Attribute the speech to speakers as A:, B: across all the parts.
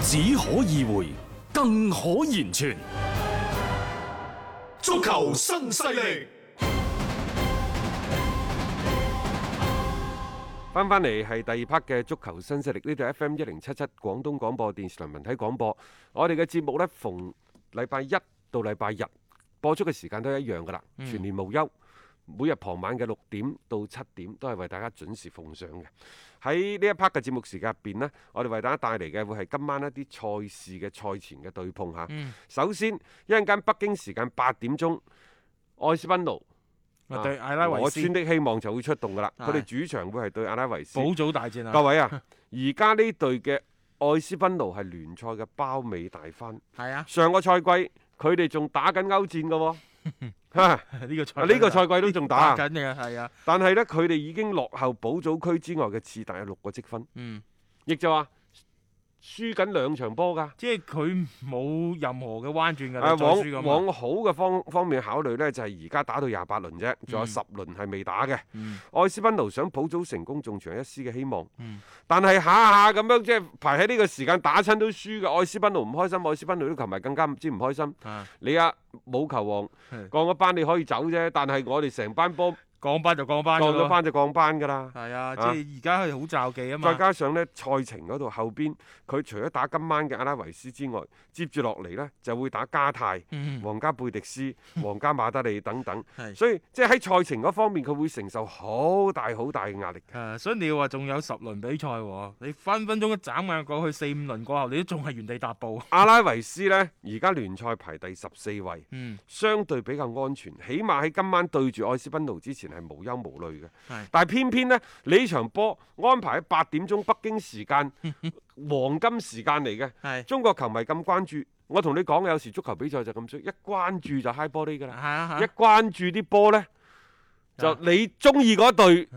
A: 只可意會，更可言傳。
B: 足球新勢力。
C: 翻翻嚟係第二 part 嘅足球新勢力，呢度 FM 一零七七廣東廣播電視台文體廣播。我哋嘅節目呢，逢禮拜一到禮拜日播出嘅時間都一樣噶啦，全年無休。每日傍晚嘅六點到七點都係為大家準時奉上嘅。喺呢一 part 嘅節目時間入邊呢，我哋為大家帶嚟嘅會係今晚一啲賽事嘅賽前嘅對碰嚇。首先一陣間北京時間八點鐘，愛斯賓奴
D: 咪對艾拉維
C: 我
D: 斯
C: 村的希望就會出動噶啦。
D: 係
C: 佢哋主場會係對阿拉維斯。
D: 保組大戰
C: 各
D: 啊！
C: 位啊，而家呢隊嘅愛斯賓奴係聯賽嘅包尾大番。
D: 係啊，
C: 上個賽季佢哋仲打緊歐 戰嘅喎嚇，
D: 呢個 Ờ, 賽
C: 啊呢個 Ờ, 賽季都仲打
D: 打
C: 啊。
D: 緊嘅係啊，
C: 但係呢，佢哋已經落後保組區之外嘅次，大有六個積分，
D: 嗯，
C: 亦就話輸緊兩場波㗎。
D: 即係佢冇任何嘅彎轉㗎啦，
C: 啊，
D: 再
C: 往
D: 輸咁啊，
C: 往好嘅方方面考慮呢，就係而家打到廿八輪啫，仲有
D: 嗯
C: 十輪係未打嘅。
D: 嗯
C: 愛斯賓奴想保組成功，仲存一絲嘅希望。
D: 嗯
C: 但係下下咁樣即係排喺呢個時間打親都輸嘅，愛斯賓奴唔開心，愛斯賓奴啲球迷更加唔知唔開心。
D: 啊，
C: 你啊冇球王
D: 係
C: 降咗班你可以走啫，但係我哋成班波
D: 降班就降班
C: 降
D: 㗎
C: 咗
D: 咯，
C: 班就降班㗎啦。
D: 係啊，即係而家係好罩忌啊嘛
C: 再，加上呢賽程嗰度後邊，佢除咗打今晚嘅阿拉維斯之外，接住落嚟呢就會打加泰、
D: 嗯
C: 皇家貝迪斯、皇家馬德里等等。
D: 係
C: 所以即係喺賽程嗰方面，佢會承受好大好大嘅壓力。
D: 誒，所以你話仲有十輪比賽喎，你分分鐘一眨眼過去四五輪過後，你都仲係原地踏步。
C: 阿拉維斯呢，而家聯賽排第十四位。
D: 嗯，
C: 相對比較安全，起碼喺今晚對住愛斯賓奴之前係無憂無慮嘅
D: 係。
C: 但係偏偏呢，你呢場波安排喺八點鐘北京 時間黃金時間嚟嘅，
D: 係
C: 中國球迷咁關注，我同你講，有時足球比賽就咁衰，一關注就 high 玻璃㗎
D: 係
C: 啦，
D: 啊，
C: 一關注啲波呢，就你中意嗰隊，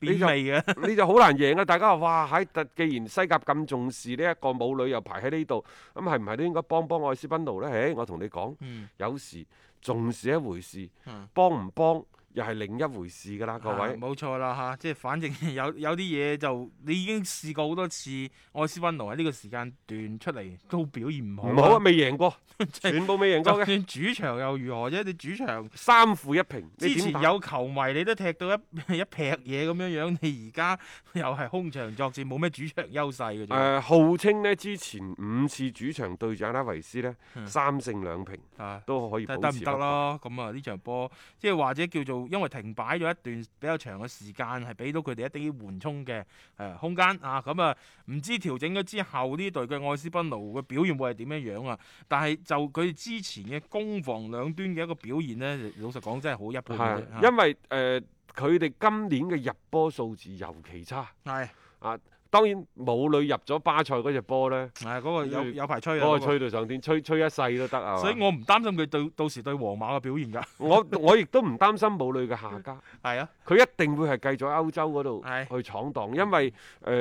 D: 變味 嘅，
C: 你就好難贏啊啦。大家話哇，喺既然西甲咁重視呢一個母女又排喺呢度，咁係唔係都應該幫幫愛斯賓奴呢？誒，我同你講。
D: 嗯，
C: 有時重視一回事
D: 嗯，
C: 幫唔幫又係另一回事㗎啦，各
D: 啊
C: 位。
D: 冇錯啦嚇，即係反正 有有啲嘢就你已經試過好多次，愛斯賓奴喺呢個時間段出嚟都表現唔好
C: 唔
D: 啊。
C: 好啊，未 贏過，
D: 係
C: 全部未贏過
D: 就
C: 嘅，
D: 算主場又如何啫？你主場
C: 三負一平。你
D: 之
C: 點
D: 前
C: 打
D: 有球迷，你都踢到一一 劈嘢咁樣樣，你而家又係空場作戰，冇咩主場優勢嘅
C: 誒、
D: 啫。
C: 號稱呢之前五次主場對住阿拉維斯呢，
D: 嗯
C: 三勝兩平
D: 啊
C: 都可以
D: 睇
C: 保
D: 得唔
C: 持
D: 得
C: 不敗。
D: 咯？咁啊，呢場波即係或者叫做因為停擺咗一段比較長嘅時間，係俾到佢哋一啲緩衝嘅誒空間啊。咁啊，唔知調整咗之後呢隊嘅愛斯賓奴嘅表現會係點樣樣啊？但係就佢哋之前嘅攻防兩端嘅一個表現呢，老實講真係好一般嘅
C: 係，啊
D: 啫。
C: 因為誒佢哋今年嘅入波數字尤其差。
D: 係
C: 當然，母女入咗巴塞嗰只波呢，
D: 係嗰個有有排吹啊！
C: 嗯嗰個
D: 嗰個
C: 吹到上天，吹吹一世都得啊！
D: 所以我唔擔心佢對到時對皇馬嘅表現㗎。
C: 我我亦都唔擔心母女嘅下家。
D: 係啊，
C: 佢一定會係繼續喺歐洲嗰度
D: 係
C: 去闖蕩，因為誒呢、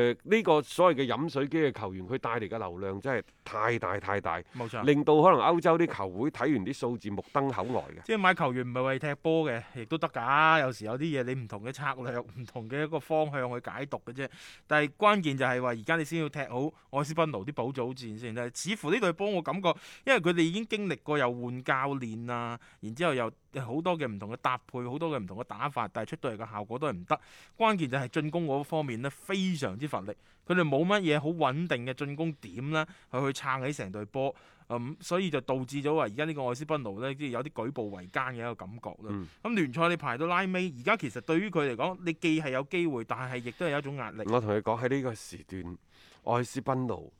C: 個所謂嘅飲水機嘅球員，佢帶嚟嘅流量真係太大太大，
D: 冇錯。
C: 令到可能歐洲啲球會睇完啲數字目瞪口呆嘅。
D: 即係買球員唔係為踢波嘅，亦都得㗎。有時有啲嘢你唔同嘅策略、唔同嘅一個方向去解讀嘅啫。但係關鍵就係話，而家你先要踢好愛斯賓奴啲保組戰先。但係似乎呢隊波我感覺，因為佢哋已經經歷過又換教練啊，然之後又好多嘅唔同嘅搭配，好多嘅唔同嘅打法，但係出到嚟嘅效果都係唔得。關鍵就係進攻嗰方面呢，非常之乏力，佢哋冇乜嘢好穩定嘅進攻點啦，去去撐起成隊波。嗯，所以就導致咗話而家呢個愛斯賓奴呢，即係有啲舉步維艱嘅一個感覺啦。咁、
C: 嗯
D: 聯賽你排到拉尾，而家其實對於佢嚟講，你既係有機會，但係亦都係有一種壓力。
C: 我同你講喺呢個時段，愛斯賓奴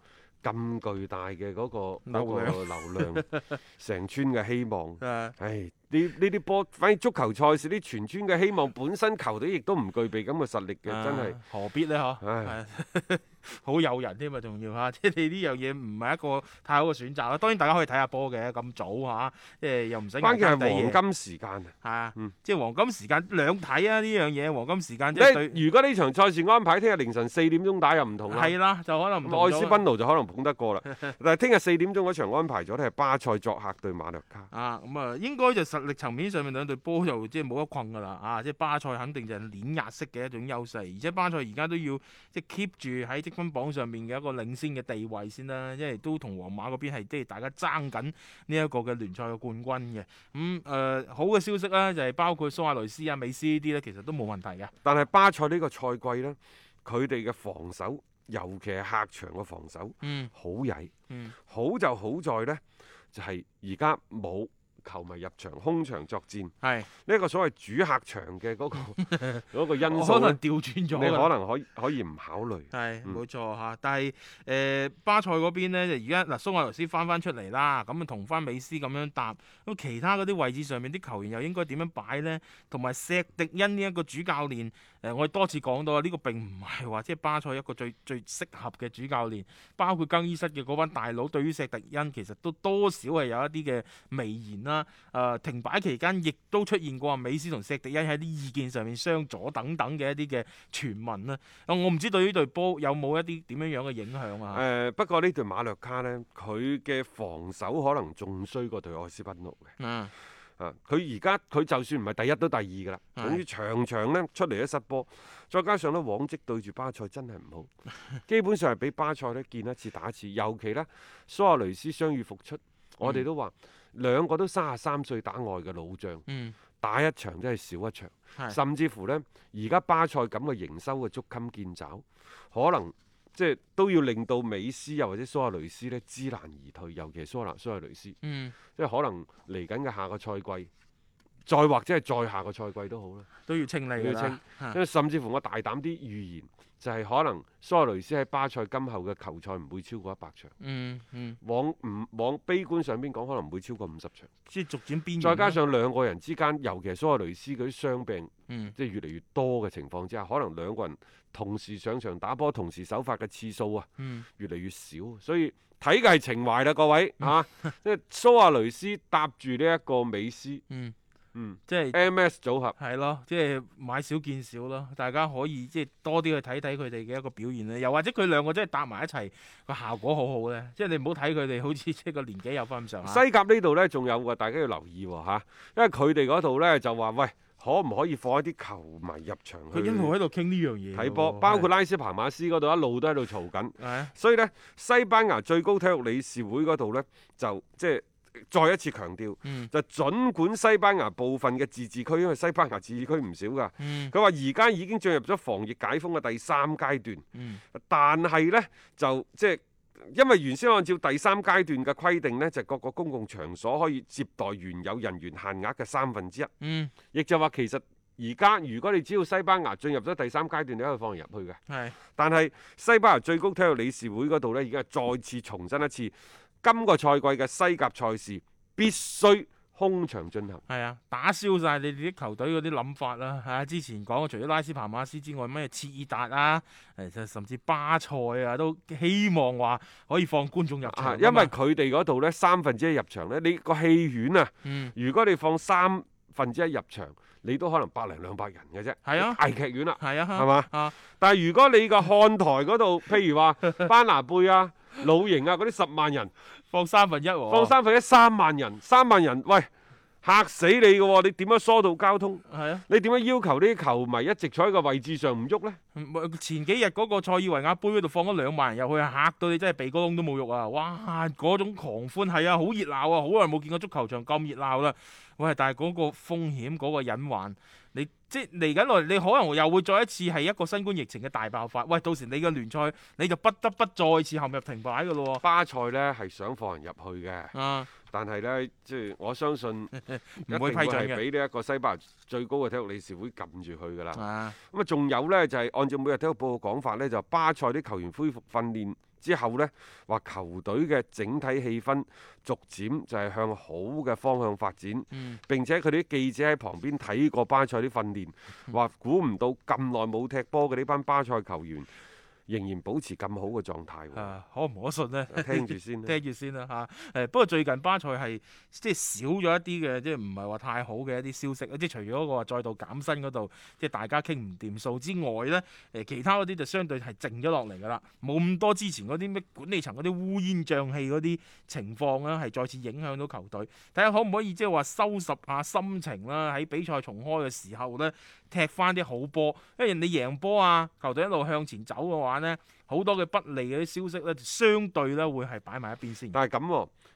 C: 咁巨大嘅 嗰、個嗰個
D: 流
C: 流量，成村嘅希望。
D: 誒
C: 唉，呢呢啲波，反正足球賽事啲全村嘅希望，本身球隊亦都唔具備咁嘅實力嘅，真係
D: 啊何必呢？嗬，
C: 唉
D: 係 好誘人添啊，仲要嚇，即 係你呢樣嘢唔係一個太好嘅選擇啦。當然大家可以睇下波嘅，咁早嚇，即係又唔使
C: 關鍵
D: 硬硬地
C: 係
D: 嘢
C: 黃金時間啊！
D: 係啊
C: 嗯，
D: 即係黃金時間兩睇啊呢樣嘢，黃金時間即係對
C: 你如果呢場賽事安排聽日凌晨四點鐘打又唔同啦。
D: 係啦，就可能唔
C: 咁愛斯賓
D: 賓
C: 奴就可能捧 得過啦，但係聽日四點鐘嗰場安排咗呢係巴塞作客對馬略卡，
D: 啊，咁啊應該就實力層面上面兩隊波就即係冇得困㗎啦啊！即係巴塞肯定就係碾壓式嘅一種優勢，而且巴塞而家都要即係 keep 住喺積分榜上面嘅一個領先嘅地位先啦，因為都同皇馬嗰邊係即係大家爭緊呢一個嘅聯賽嘅冠軍嘅。咁、誒、好嘅消息啦，就係、包括蘇亞雷斯啊、美斯呢啲咧，其實都冇問題嘅。
C: 但係巴塞呢個賽季呢，佢哋嘅防守，尤其係客場嘅防守，
D: 嗯
C: 好曳。
D: 嗯
C: 好就好在呢，就係而家冇球迷入場，空場作戰呢
D: 係，
C: 一個所謂主客場 嘅嗰、個嗰個因素
D: 可能
C: 呢，
D: 調轉咗
C: 啊
D: 㗎
C: 你
D: 啦。
C: 可能可以可以唔考慮。
D: 係
C: 嗯
D: 冇錯嚇，但係誒、呃巴塞嗰邊咧，就而家嗱蘇亞雷斯翻翻出嚟啦，咁啊同翻美斯咁樣搭，咁其他嗰啲位置上面啲球員又應該點樣擺咧？同埋石迪恩呢一個主教練，誒、我哋多次講到啊，呢、個並唔係話即係巴塞一個最最適合嘅主教練，包括更衣室嘅嗰班大佬對於石迪恩其實都多少係有一啲嘅微言啦。誒、呃停擺期間亦都出現過話美斯同石迪恩喺啲意見上面相左等等嘅一啲嘅傳聞啦。啊我唔知對呢隊波有冇一啲點樣樣嘅影響
C: 誒、
D: 啊？
C: 不過呢隊馬略卡呢，佢嘅防守可能仲衰過對愛斯賓奴嘅。
D: 嗯，
C: 啊，佢而家佢就算唔係第一都第二㗎啦。
D: 係
C: 總之場場呢出嚟都失波，再加上呢往績對住巴塞真係唔好，基本上係俾巴塞呢見一次打一次。尤其呢，蘇亞雷斯傷愈復出，我
D: 嗯
C: 哋都話兩個都三十三歲打外嘅老將，
D: 嗯，
C: 打一場真係少一場。
D: 係，
C: 甚至乎呢，而家巴塞咁嘅營收嘅捉襟見肘，可能即係都要令到美斯又或者蘇亞雷斯呢知難而退，尤其係蘇亞蘇亞雷斯，
D: 嗯，
C: 即係可能嚟緊嘅下個賽季，再或者係再下個賽季都好啦。
D: 都要清理㗎
C: 要清
D: 啦。啊
C: 因為甚至乎我大膽啲預言，就係、可能蘇亞雷斯喺巴塞今後嘅球賽唔會超過一百場，
D: 嗯嗯，
C: 往唔往悲觀上邊講，可能唔會超過五十場。
D: 即係逐漸邊緣啦。
C: 再加上兩個人之間，尤其係蘇亞雷斯嗰啲傷病。
D: 嗯
C: 即係越嚟越多嘅情況之下，可能兩個人同時上場打波、同時首發嘅次數啊，
D: 嗯
C: 越嚟越少，所以睇嘅係情懷啦，各位嚇、啊即係蘇亞雷斯搭住呢一個美斯，
D: 嗯，啊
C: 嗯
D: 即係。
C: ，MS 組合，
D: 係咯，即係買少見少咯，大家可以即係多啲去睇睇佢哋嘅一個表現咧，又或者佢兩個真係搭埋一齊個效果好好咧，即係你唔好睇佢哋好似即係個年紀有翻咁上下。
C: 西甲呢度呢，仲有㗎，大家要留意喎、嚇因為佢哋嗰度呢，就話喂，可唔可以放一啲球迷入場
D: 佢一路喺
C: 去
D: 度傾呢樣嘢喎。
C: 睇波，包括嗯拉斯彭馬斯嗰度一路都喺度嘈緊。
D: 係啊
C: 所以呢，西班牙最高體育理事會嗰度呢，就即係再一次強調，
D: 嗯
C: 就儘管西班牙部分嘅自治區，因為西班牙自治區唔少噶，
D: 嗯
C: 佢話而家已經進入咗防疫解封嘅第三階段，
D: 嗯
C: 但係呢，就即係。因為原先按照第三階段嘅規定呢，就各個公共場所可以接待原有人員限額嘅三分之一，
D: 嗯
C: 亦就話其實而家如果你只要西班牙進入咗第三階段，你可以放人入去嘅。
D: 係
C: 但係西班牙最高體育理事會嗰度呢，已經係再次重申一次，今個賽季嘅西甲賽事必須空場進行。
D: 係啊，打消晒你哋啲球隊嗰啲諗法啦嚇、之前講過，除咗拉斯帕馬斯之外，咩切爾達啊，誒就甚至巴塞啊，都希望話可以放觀眾入場
C: 啊，
D: 㗎
C: 因為
D: 嘛
C: 佢哋嗰度呢，三分之一入場呢，你個戲院啊，
D: 嗯
C: 如果你放三分之一入場，你都可能百零兩百人嘅啫。
D: 係啊
C: 大劇院啦、
D: 係啊，
C: 係嘛
D: 啊
C: 但係如果你個看台嗰度，譬如話班拿貝啊、魯營啊嗰啲十萬人，
D: 放三分一喎、
C: 放三分一三萬人，三萬人，喂，嚇死你嘅喎！你點樣疏導交通？
D: 係啊，
C: 你點樣要求啲球迷一直坐喺個位置上唔喐呢？
D: 嗯前幾日嗰個塞爾維亞杯嗰度放咗兩萬人入去，嚇到你真係鼻哥窿都冇肉啊！哇，嗰種狂歡係啊，好熱鬧啊，好耐冇見過足球場咁熱鬧啦。喂，但係嗰個風險嗰、個隱患，你即係嚟緊落嚟，你可能又會再一次係一個新冠疫情嘅大爆發。喂，到時你嘅聯賽你就不得不再次陷入停擺嘅咯
C: 巴塞呢係想放人入去嘅，
D: 喎。啊，
C: 但係呢，即係我相 信一
D: 會
C: 定會
D: 批准嘅
C: 係俾呢一個西班牙最高嘅體育理事會撳住佢㗎啦。
D: 啊，
C: 咁啊，仲有呢，就係、按照每日體育報嘅講法呢，就巴塞啲球員恢復訓練之後呢，話球隊嘅整體氣氛逐漸就係向好嘅方向發展。
D: 嗯
C: 並且佢哋啲記者喺旁邊睇過巴塞啲訓練，
D: 嗯
C: 話估唔到咁耐冇踢波嘅呢班巴塞球員仍然保持咁好嘅狀態喎。
D: 啊，可唔可信呢？
C: 聽住 先啦。啊
D: 聽住先啦嚇。誒、不過最近巴塞係即係少咗一啲嘅，即係唔係話太好嘅一啲消息。即係除咗個話再度減薪嗰度，即係大家傾唔掂數之外咧，誒、其他嗰啲就相對係靜咗落嚟㗎啦，冇咁多之前嗰啲咩管理層嗰啲烏煙瘴氣嗰啲情況啦，係再次影響到球隊。睇下可唔可以即係話收拾下心情啦，喺比賽重開嘅時候咧，踢翻啲好波，因為你贏波啊，球隊一路向前走嘅話咧。好多嘅不利嘅啲消息咧，相對咧會係擺埋一邊先。
C: 但係咁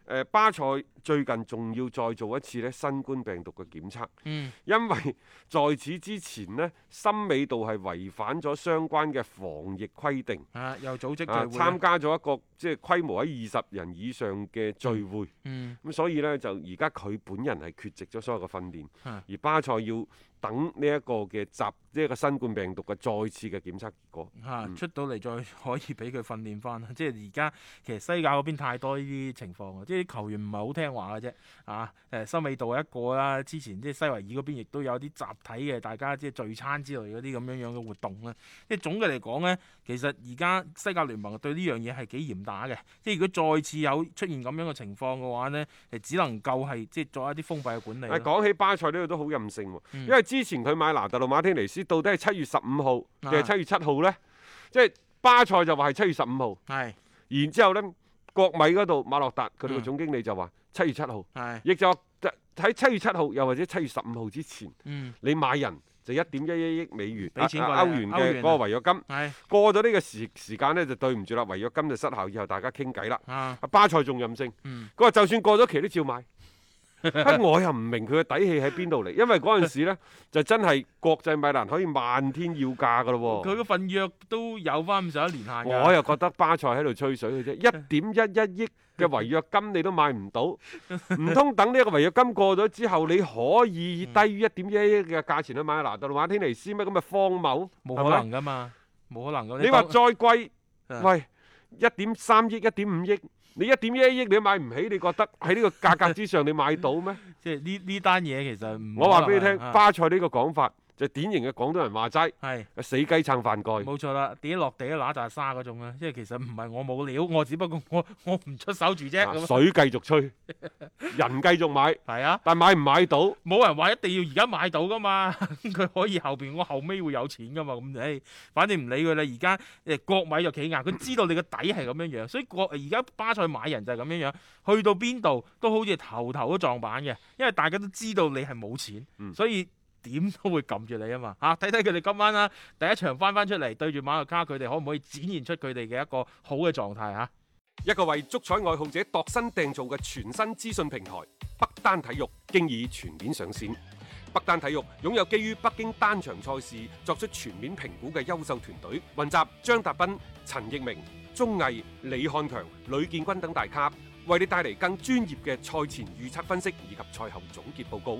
C: 喎，誒巴塞最近仲要再做一次咧新冠病毒嘅檢測，
D: 嗯，
C: 因為 在此之前呢，森美度係違反咗相關嘅防疫規定，
D: 啊，又組織聚
C: 啊
D: 會啦，
C: 參加咗一個即係規模喺二十人以上嘅聚會，咁、
D: 嗯，
C: 所以呢，就而家佢本人係缺席咗所有嘅訓練，
D: 係
C: 而巴塞要等呢一個嘅集呢一個新冠病毒嘅再次嘅檢測結果。
D: 嚇、出到嚟再可以俾佢訓練翻啦。即係而家其實西甲嗰邊太多呢啲情況啊，即係啲球員唔係好聽話嘅啫。啊，誒，森美度一個啦，之前即係西維爾嗰邊亦都有啲集體嘅，大家即係聚餐之類嗰啲咁樣樣嘅活動啦。即係總嘅嚟講咧，其實而家西甲聯盟對呢樣嘢係幾嚴打嘅。即係如果再次有出現咁樣嘅情況嘅話咧，誒，只能夠係即係作一啲封閉嘅管理
C: 誒
D: 啦。
C: 啊講起巴塞呢度都好任性喎，
D: 嗯
C: 因為之前佢買拿特魯馬天尼斯到底係七月十五號定
D: 啊
C: 係七月七號呢？即係巴塞就話係七月十五號，
D: 係
C: 然之後呢，國米嗰度馬洛達佢哋個
D: 嗯
C: 總經理就話七月七號，
D: 係，
C: 亦就喺七月七號又或者七月十五號之前，
D: 嗯，
C: 你買人就一點一一億美元
D: 俾錢
C: 啊
D: 過
C: 啊
D: 你啊
C: 歐元
D: 歐
C: 嘅
D: 元啊
C: 嗰個違約金，
D: 係
C: 過咗呢個時時間呢，就對唔住啦，違約金就失效，以後大家傾偈啦。
D: 啊，
C: 啊巴塞仲任性。
D: 嗯。
C: 佢話就算過咗期都照買。 啊我又唔明佢嘅底氣喺邊度嚟，因為嗰陣時咧就真係國際米蘭可以漫天要價噶咯
D: 佢
C: 喎。
D: 嗰份約都有翻咁上下年限㗎
C: 我又覺得巴塞喺度吹水嘅啫， 一點一一億嘅違約金你都買 唔到，唔通等呢一個違約金過咗之後，你可以以低於一點一一億嘅價錢去買拿特魯馬天尼斯咩？咁咪荒謬，
D: 冇
C: 係
D: 可
C: 咪
D: 能㗎嘛，冇可能㗎。
C: 你話
D: 當
C: 再貴，
D: 啊
C: 喂，一點三億、一點五億，你一點一億你都買唔起，你覺得喺呢個價格之上你買到咩？
D: 即係呢呢單嘢其實唔
C: 我話俾你
D: 可能
C: 聽，
D: 啊
C: 巴塞呢個講法就典型嘅廣東人話齋，
D: 係
C: 死雞撐飯蓋。
D: 冇錯啦，跌落地都揦扎沙嗰種啦。即係其實唔係我冇料，我只不過我我唔出手住啫
C: 啊
D: 咁。
C: 水繼續吹，人繼續買，
D: 係啊，
C: 但買唔買到？
D: 冇人話一定要而家買到㗎嘛， 佢可以後邊我後尾會有錢㗎嘛。咁誒，反正唔理佢啦。而家誒國米就企硬，佢知道你個底係咁樣樣，所以國而家巴塞買人就係咁樣樣，去到邊度都好似頭頭都撞板嘅，因為大家都知道你係冇錢，
C: 嗯
D: 所以。點都會撳住你啊嘛嚇！睇睇佢哋今晚啦，第一場翻翻出嚟對住馬洛卡，佢哋可唔可以展現出佢哋嘅一個好嘅狀態嚇？
C: 一個為足彩愛好者度身訂造嘅全新資訊平台北單體育，經已全面上線。北單體育擁有基於北京單場賽事作出全面評估嘅優秀團隊，雲集張達斌、陳奕明、鐘毅、李漢強、呂建軍等大咖，為你帶嚟更專業嘅賽前預測分析以及賽後總結報告。